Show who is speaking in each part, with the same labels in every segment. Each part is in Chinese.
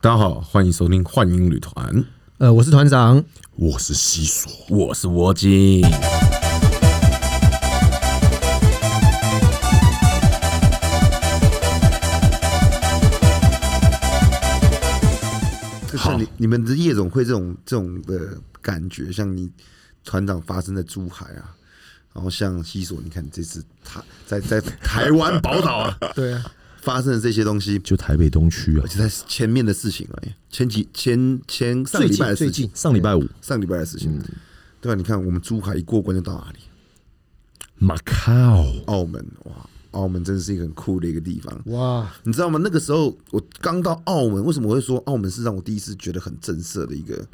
Speaker 1: 大家好，欢迎收听幻影旅团，
Speaker 2: 呃，我是团长，
Speaker 1: 我是西索。
Speaker 3: 我是窝精，
Speaker 4: 就像你你们的夜总会这种这种的感觉，像你团长发生在珠海啊，然后像西索，你看这次他在在台湾宝岛 啊
Speaker 2: 对啊，
Speaker 4: 发生的这些东西，
Speaker 3: 就台北东区啊
Speaker 4: 而，且在前面的事情而已，前几前前上
Speaker 2: 最
Speaker 4: 礼
Speaker 2: 近
Speaker 4: 拜的事
Speaker 2: 最
Speaker 4: 情
Speaker 2: 近，嗯
Speaker 3: 上礼拜五
Speaker 4: 上礼拜的事情，对吧、你看我们珠海一过关就到哪里？
Speaker 3: 马靠，
Speaker 4: 澳门哇，澳门真是一个很酷的一个地方。
Speaker 2: 哇，
Speaker 4: 你知道吗？那个时候我刚到澳门，为什么我会说澳门是让我第一次觉得很震慑的一个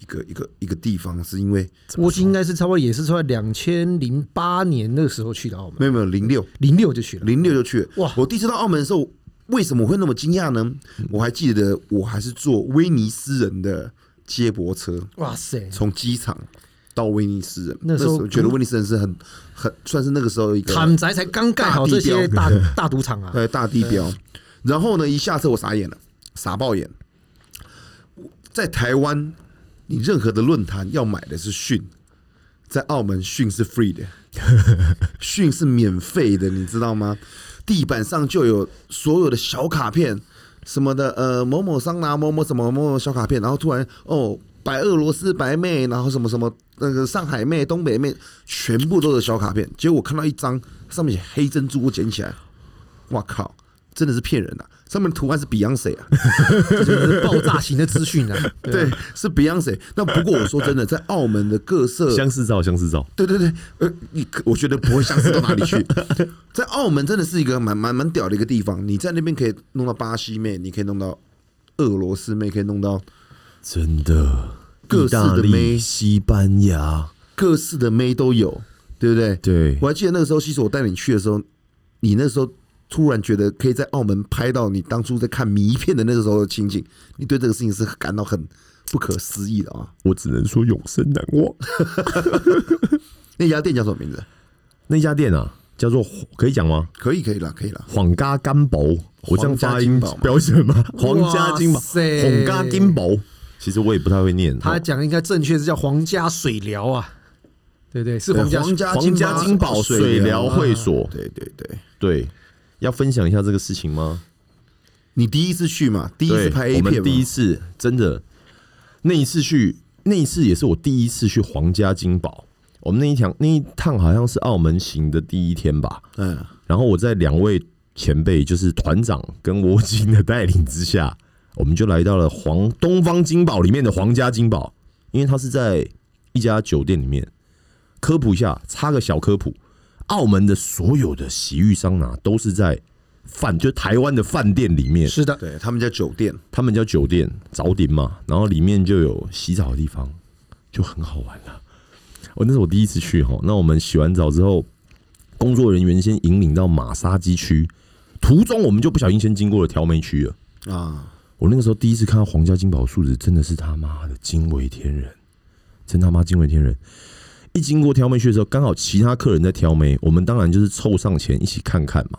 Speaker 4: 一个一个一个地方？是因为
Speaker 2: 我应该是差不多也是在两千零八年那个时候去的澳门，
Speaker 4: 没有没有零六
Speaker 2: 零六就去了，
Speaker 4: 零六就去了。
Speaker 2: 哇嗯
Speaker 4: 哇！我第一次到澳门的时候，为什么会那么惊讶呢？我还记得我还是坐威尼斯人的接驳车，
Speaker 2: 哇塞，
Speaker 4: 从机场到威尼斯人。
Speaker 2: 那
Speaker 4: 那
Speaker 2: 时候
Speaker 4: 觉得威尼斯人是很很算是那个时候一个
Speaker 2: 坦宅才刚盖好这些大
Speaker 4: 大
Speaker 2: 大赌场啊，
Speaker 4: 呃大地标。然后呢，一下车我傻眼了，傻爆眼。在台湾，你任何的论坛要买的是讯，在澳门讯是 free 的，讯是免费的，你知道吗？地板上就有所有的小卡片什么的，呃，某某桑拿、某某什么、某某小卡片，然后突然哦，白俄罗斯白妹，然后什么什么那个上海妹、东北妹，全部都是小卡片。结果我看到一张上面写黑珍珠，我捡起来，哇靠，真的是骗人的、啊！上面图案是 Beyonce 啊，
Speaker 2: 就是爆炸型的资讯啊， 对啊
Speaker 4: 对，是 Beyonce。那不过我说真的，在澳门的各色
Speaker 3: 相似照，相似照，
Speaker 4: 对对对，呃，你可我觉得不会相似到哪里去。在澳门真的是一个蛮蛮蛮屌的一个地方，你在那边可以弄到巴西妹，你可以弄到俄罗斯妹，可以弄到
Speaker 3: 真的，
Speaker 4: 各
Speaker 3: 意
Speaker 4: 式的
Speaker 3: 大利、
Speaker 4: 妹
Speaker 3: 西班牙，
Speaker 4: 各式的妹都有，对不对？
Speaker 3: 对，
Speaker 4: 我还记得那个时候，其实我带你去的时候，你那时候突然觉得可以在澳门拍到你当初在看迷片的那个时候的情景，你对这个事情是感到很不可思议的啊！
Speaker 3: 我只能说永生难忘。
Speaker 4: 那家店叫什么名字？
Speaker 3: 那家店啊，叫做可以讲吗？
Speaker 4: 可以，可以啦，可以啦。
Speaker 3: 皇家金宝，我这样发音
Speaker 4: 皇家金宝吗
Speaker 3: 标准吗？皇家金宝，
Speaker 2: 哇塞
Speaker 3: 皇家金宝，其实我也不太会念，
Speaker 2: 他讲应该正确是叫皇家水疗啊，对不对？是皇家
Speaker 4: 皇家
Speaker 3: 皇家金宝水疗啊会所，
Speaker 4: 对对对，
Speaker 3: 对，要分享一下这个事情吗？
Speaker 4: 你第一次去嘛？第一次
Speaker 3: 对
Speaker 4: 拍 A
Speaker 3: 我
Speaker 4: 片
Speaker 3: 们
Speaker 4: 嘛？
Speaker 3: 第一次真的那一次去，那一次也是我第一次去皇家金宝。我们那一趟那一趟好像是澳门行的第一天吧，
Speaker 4: 嗯，
Speaker 3: 然后我在两位前辈，就是团长跟窝金的带领之下，我们就来到了皇东方金宝里面的皇家金宝，因为它是在一家酒店里面。科普一下，插个小科普，澳门的所有的洗浴桑拿都是在饭，就台湾的饭店里面，
Speaker 2: 是的，
Speaker 4: 对他们家酒店，
Speaker 3: 他们叫酒店早顶嘛，然后里面就有洗澡的地方，就很好玩了。我、那是我第一次去哈，那我们洗完澡之后，工作人员先引领到马杀鸡区，途中我们就不小心先经过了调梅区了。
Speaker 4: 啊，
Speaker 3: 我那个时候第一次看到皇家金宝树脂，真的是他妈的惊为天人，真他妈惊为天人！一经过挑眉区的时候，刚好其他客人在挑眉，我们当然就是凑上前一起看看嘛。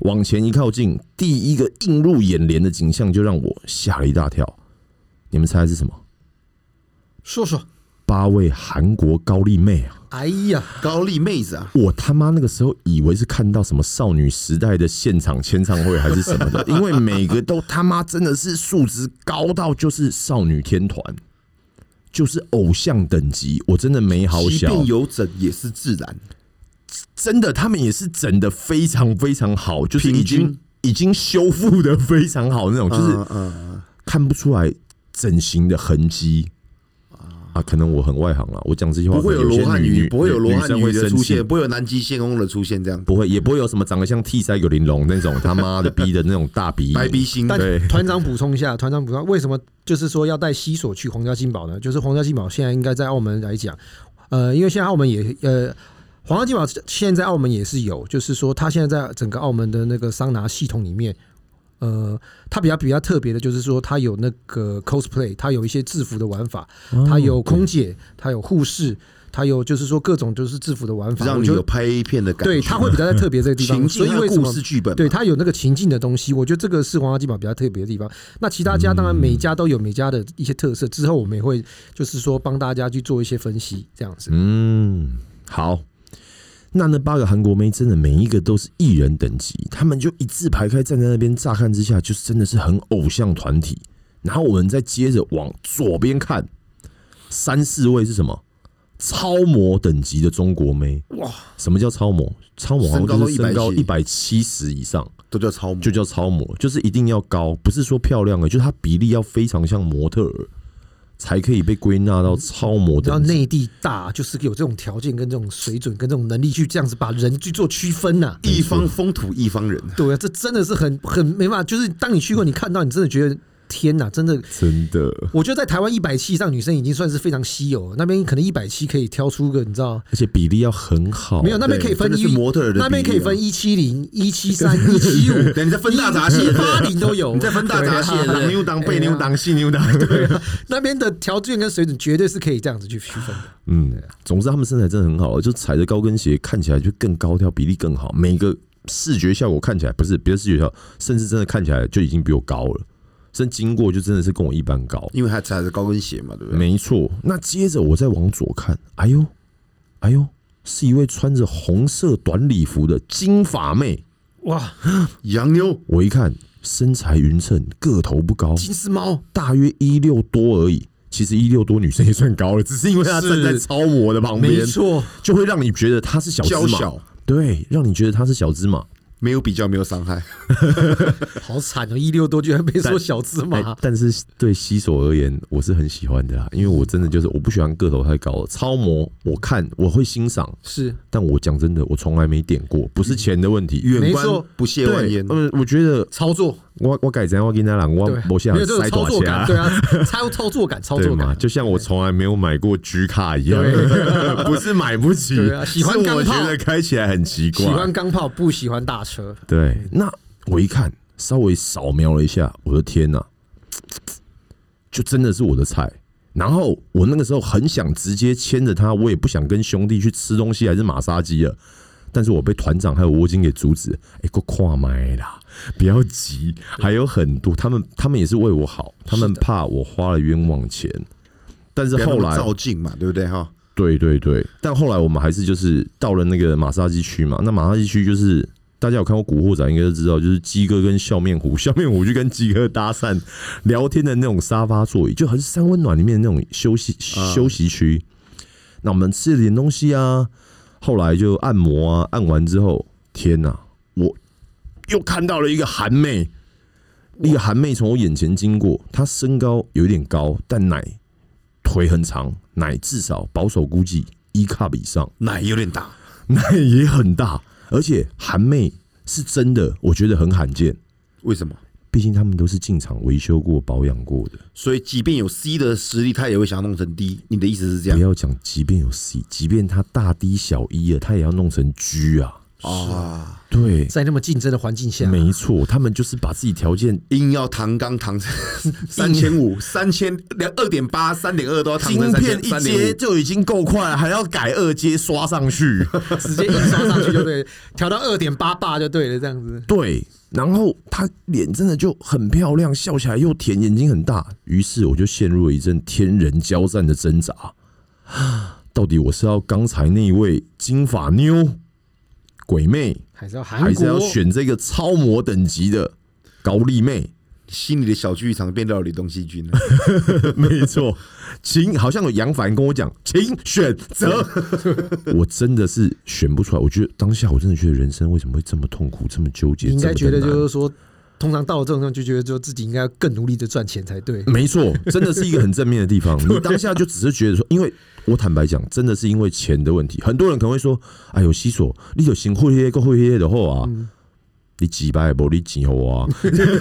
Speaker 3: 往前一靠近，第一个映入眼帘的景象就让我吓了一大跳。你们猜是什么？
Speaker 2: 说说，
Speaker 3: 八位韩国高丽妹啊！
Speaker 2: 哎呀，
Speaker 4: 高丽妹子啊，
Speaker 3: 我他妈那个时候以为是看到什么少女时代的现场签唱会还是什 么的，因为每个都他妈真的是数值高到就是少女天团，就是偶像等级，我真的没好
Speaker 4: 即
Speaker 3: 笑。
Speaker 4: 便有整也是自然，
Speaker 3: 真的，他们也是整的非常非常好，就是已
Speaker 4: 平
Speaker 3: 经
Speaker 4: 均
Speaker 3: 已经修复的非常好那种，就是看不出来整形的痕迹。啊，可能我很外行了，我讲这句话
Speaker 4: 不会有
Speaker 3: 可能
Speaker 4: 罗
Speaker 3: 些
Speaker 4: 汉
Speaker 3: 女
Speaker 4: 鱼，不会有罗汉
Speaker 3: 生
Speaker 4: 鱼
Speaker 3: 会
Speaker 4: 的
Speaker 3: 生
Speaker 4: 出
Speaker 3: 气
Speaker 4: 现，不会有南极仙翁的出现，这样
Speaker 3: 不会，也不会有什么长得像替塞有玲珑那种他妈的逼的那种大 鼻
Speaker 4: 白
Speaker 3: 影。
Speaker 4: 鼻星，
Speaker 2: 但
Speaker 3: 对
Speaker 2: 团长补充一下，团长补充，为什么就是说要带西索去皇家金宝呢？就是皇家金宝现在应该在澳门来讲，呃，因为现在澳门也呃，皇家金宝现在澳门也是有，就是说它现在在整个澳门的那个桑拿系统里面，呃，它比较比较特别的就是说，它有那个 cosplay，它有一些制服的玩法，
Speaker 4: 哦
Speaker 2: 它有空姐，它有护士，它有就是说各种就是制服的玩法，
Speaker 4: 让
Speaker 2: 我
Speaker 4: 你
Speaker 2: 觉得
Speaker 4: 有拍片的感觉。
Speaker 2: 对，它会比较在特别这个地
Speaker 4: 情
Speaker 2: 方，所
Speaker 4: 境
Speaker 2: 以
Speaker 4: 和
Speaker 2: 为什
Speaker 4: 故
Speaker 2: 么
Speaker 4: 事剧本嘛，啊
Speaker 2: 对它有那个情境的东西，我觉得这个是皇家金宝比较特别的地方。那其他家当然每家都有每家的一些特色，之后我们也会就是说帮大家去做一些分析，这样子。
Speaker 3: 嗯，好。那那八个韩国妹真的每一个都是艺人等级，他们就一字排开站在那边，乍看之下就是真的是很偶像团体。然后我们再接着往左边看，三四位是什么？超模等级的中国妹，
Speaker 4: 哇，
Speaker 3: 什么叫超模？超模好像
Speaker 4: 身高
Speaker 3: 就
Speaker 4: 都
Speaker 3: 是身高一
Speaker 4: 170
Speaker 3: 百七十以上，
Speaker 4: 都叫超模
Speaker 3: 就。叫超模，就是一定要高，不是说漂亮的，就是她比例要非常像模特儿，才可以被归纳到超模
Speaker 2: 然后
Speaker 3: 等级。
Speaker 2: 内地大就是有这种条件跟这种水准跟这种能力去这样子把人去做区分呐、啊
Speaker 4: 一方风土一方人，
Speaker 2: 对啊，这真的是很很没办法，就是当你去过，你看到，你真的觉得天哪，真的。
Speaker 3: 真的，
Speaker 2: 我觉得在台湾一百七以上女生已经算是非常稀有了，那边可能一百七可以挑出个，你知道
Speaker 3: 而且比例要很好。
Speaker 2: 没有？那边可以分
Speaker 4: 哦真的
Speaker 2: 一
Speaker 4: 是模特儿的比例啊
Speaker 2: 那边可以分一七零、一七三、一七 五，
Speaker 4: 等你在分大闸蟹，
Speaker 2: 八零都有，
Speaker 4: 你在分大闸蟹，
Speaker 2: 对啊
Speaker 4: 狼妞当背妞当，
Speaker 3: 细牛党。
Speaker 2: 那边的条件跟水准绝对是可以这样子去区分的。
Speaker 3: 嗯，总之他们身材真的很好，就踩着高跟鞋看起来就更高挑，比例更好，每个视觉效果看起来不是别的视觉效果，甚至真的看起来就已经比我高了，甚至经过就真的是跟我一般高。
Speaker 4: 因为还踩着高跟鞋嘛，对不对？
Speaker 3: 没错，那接着我再往左看，哎呦，哎呦，是一位穿着红色短礼服的金发妹。
Speaker 2: 哇，
Speaker 4: 洋妞
Speaker 3: 我一看，身材匀称，个头不高，
Speaker 2: 金丝猫，
Speaker 3: 大约一六多而已。其实一六多女生也算高了，只是因为她
Speaker 2: 是
Speaker 3: 站在超模的旁
Speaker 2: 没
Speaker 3: 边，
Speaker 2: 错，
Speaker 3: 就会让你觉得她是小
Speaker 4: 娇
Speaker 3: 芝麻，
Speaker 4: 小，
Speaker 3: 对，让你觉得她是小芝麻。
Speaker 4: 没有比较，没有伤害。
Speaker 2: 好惨哦，一六多居然被说
Speaker 3: 但
Speaker 2: 小芝
Speaker 3: 哎
Speaker 2: 麻，
Speaker 3: 但是对西索而言，我是很喜欢的啦，因为我真的就是我不喜欢个头太高的超模，我看我会欣赏，
Speaker 2: 是
Speaker 3: 但我讲真的，我从来没点过，不是钱的问题。
Speaker 4: 远观
Speaker 2: 没错
Speaker 4: 不屑万
Speaker 3: 对
Speaker 4: 焉，，
Speaker 3: 嗯，我觉得
Speaker 2: 操作，
Speaker 3: 我我改成我跟他讲，我
Speaker 2: 对，
Speaker 3: 我想
Speaker 2: 没有这
Speaker 3: 塞
Speaker 2: 种操
Speaker 3: 多
Speaker 2: 作
Speaker 3: 钱
Speaker 2: 感，对啊，操操作感，操
Speaker 3: 对
Speaker 2: 作
Speaker 3: 嘛？
Speaker 2: 感，
Speaker 3: 就像我从来没有买过 G 卡一样， 不是买不起，
Speaker 2: 对啊喜欢
Speaker 3: 是我
Speaker 2: 钢炮
Speaker 3: 觉得开起来很奇
Speaker 2: 喜欢
Speaker 3: 怪。
Speaker 2: 钢炮，不喜欢大车，
Speaker 3: 对，那我一看，稍微扫描了一下，我的天呐、就真的是我的菜。然后我那个时候很想直接牵着他，我也不想跟兄弟去吃东西，还是马杀鸡了。但是我被团长还有窝金给阻止，哎、给我跨麦啦，不要急，还有很多，他们他们也是为我好，他们怕我花了冤枉钱。但是
Speaker 4: 不要那
Speaker 3: 后
Speaker 4: 么
Speaker 3: 来
Speaker 4: 照镜嘛，对不对哈？
Speaker 3: 对对对，但后来我们还是就是到了那个马杀鸡区嘛。那马杀鸡区就是大家有看过《古惑仔》，应该都知道，就是鸡哥跟笑面虎， 笑面虎去跟鸡哥搭讪聊天的那种沙发座椅，就很三温暖里面的那种休息休息区。那我们吃了点东西啊，后来就按摩啊，按完之后，天哪、我又看到了一个韩妹，一个韩妹从我眼前经过，她身高有点高，但奶腿很长，奶至少保守估计一 cup 以上，
Speaker 4: 奶有点大，
Speaker 3: 奶也很大，而且韩妹是真的，我觉得很罕见，
Speaker 4: 为什么？
Speaker 3: 毕竟他们都是进厂维修过、保养过的。
Speaker 4: 所以即便有 C 的实力，他也会想要弄成 D。你的意思是
Speaker 3: 不
Speaker 4: 这样
Speaker 3: 要讲，即便有 C，即便他大 D 小 E 啊，他也要弄成 G 啊。
Speaker 4: 啊？
Speaker 3: 对，
Speaker 2: 在那么竞争的环境下，
Speaker 3: 没错，他们就是把自己条件
Speaker 4: 硬要唐钢唐 三千五、三千两二点八、三点二都要唐
Speaker 3: 晶
Speaker 4: 成三
Speaker 3: 片
Speaker 4: 千
Speaker 3: 一
Speaker 4: 三
Speaker 3: 阶
Speaker 4: 点
Speaker 3: 就已经够快了，还要改二阶刷上去。
Speaker 2: 直接硬刷上去就对了，调到二点八霸就对了，这样子。
Speaker 3: 对，然后她脸真的就很漂亮，笑起来又甜，眼睛很大。于是我就陷入了一阵天人交战的挣扎，到底我是要刚才那一位金发妞鬼妹，
Speaker 2: 还是要韩
Speaker 3: 还是要
Speaker 2: 国，
Speaker 3: 选这个超模等级的高丽妹？
Speaker 4: 心里的小剧场变到了李东熙君了。
Speaker 3: 没错，请好像有杨凡跟我讲，请选 择。我真的是选不出来，我觉得当下我真的觉得人生为什么会这么痛苦，这么纠结？
Speaker 2: 你应该
Speaker 3: 这么
Speaker 2: 觉
Speaker 3: 的
Speaker 2: 得
Speaker 3: 难
Speaker 2: 就是说，通常到了这种地方就觉得，就自己应该要更努力的赚钱才对。
Speaker 3: 没错，真的是一个很正面的地 方。你当下就只是觉得说，因为我坦白讲，真的是因为钱的问题。很多人可能会说：“哎呦，西索，你有行贿些够贿些的后啊，
Speaker 4: 嗯
Speaker 3: 你几百不你几后啊。”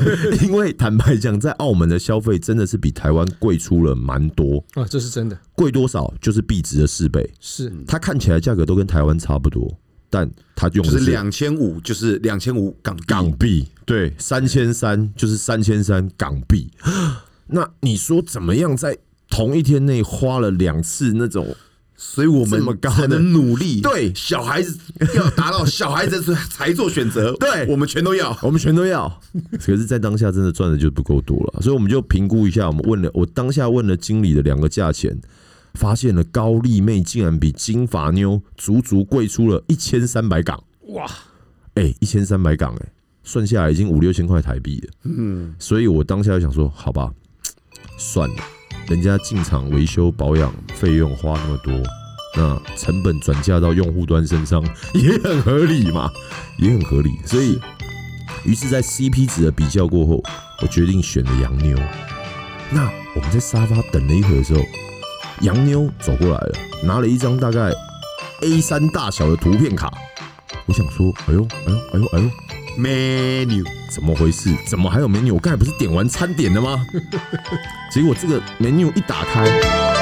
Speaker 3: 因为坦白讲，在澳门的消费真的是比台湾贵出了蛮多，
Speaker 2: 啊，这是真的，
Speaker 3: 贵多少就是币值的四倍。
Speaker 2: 是
Speaker 3: 它看起来价格都跟台湾差不多，但他用
Speaker 4: 就
Speaker 3: 的
Speaker 4: 是两千五，就是两千五港币
Speaker 3: 港币，对，三千三就是三千三港币。 那你说怎么样在同一天内花了两次那种？
Speaker 4: 所以我们
Speaker 3: 这么高的
Speaker 4: 才能努力。
Speaker 3: 对
Speaker 4: 小孩子要达到小孩子才做选 择，
Speaker 3: 对
Speaker 4: 我们全都要。
Speaker 3: 我们全都要，可是，在当下真的赚的就不够多了，所以我们就评估一下。我们问了，我当下问了经理的两个价钱，发现了高丽妹竟然比金发妞足足贵出了一千三百港。
Speaker 2: 哇，
Speaker 3: 哎、一千三百港、哎，算下来已经五六千块台币了。嗯，所以我当下就想说，好吧，算了，人家进厂维修保养费用花那么多，那成本转嫁到用户端身上也很合理嘛，也很合理。所以，于是，在 CP 值的比较过后，我决定选了洋妞。那我们在沙发等了一会儿的时候，洋妞走过来了，拿了一张大概 A 三大小的图片卡。我想说，哎呦，哎呦，哎呦，哎呦，
Speaker 4: menu
Speaker 3: 怎么回事？怎 么还有 menu？我刚才不是点完餐点了吗？结果这个 menu 一打开，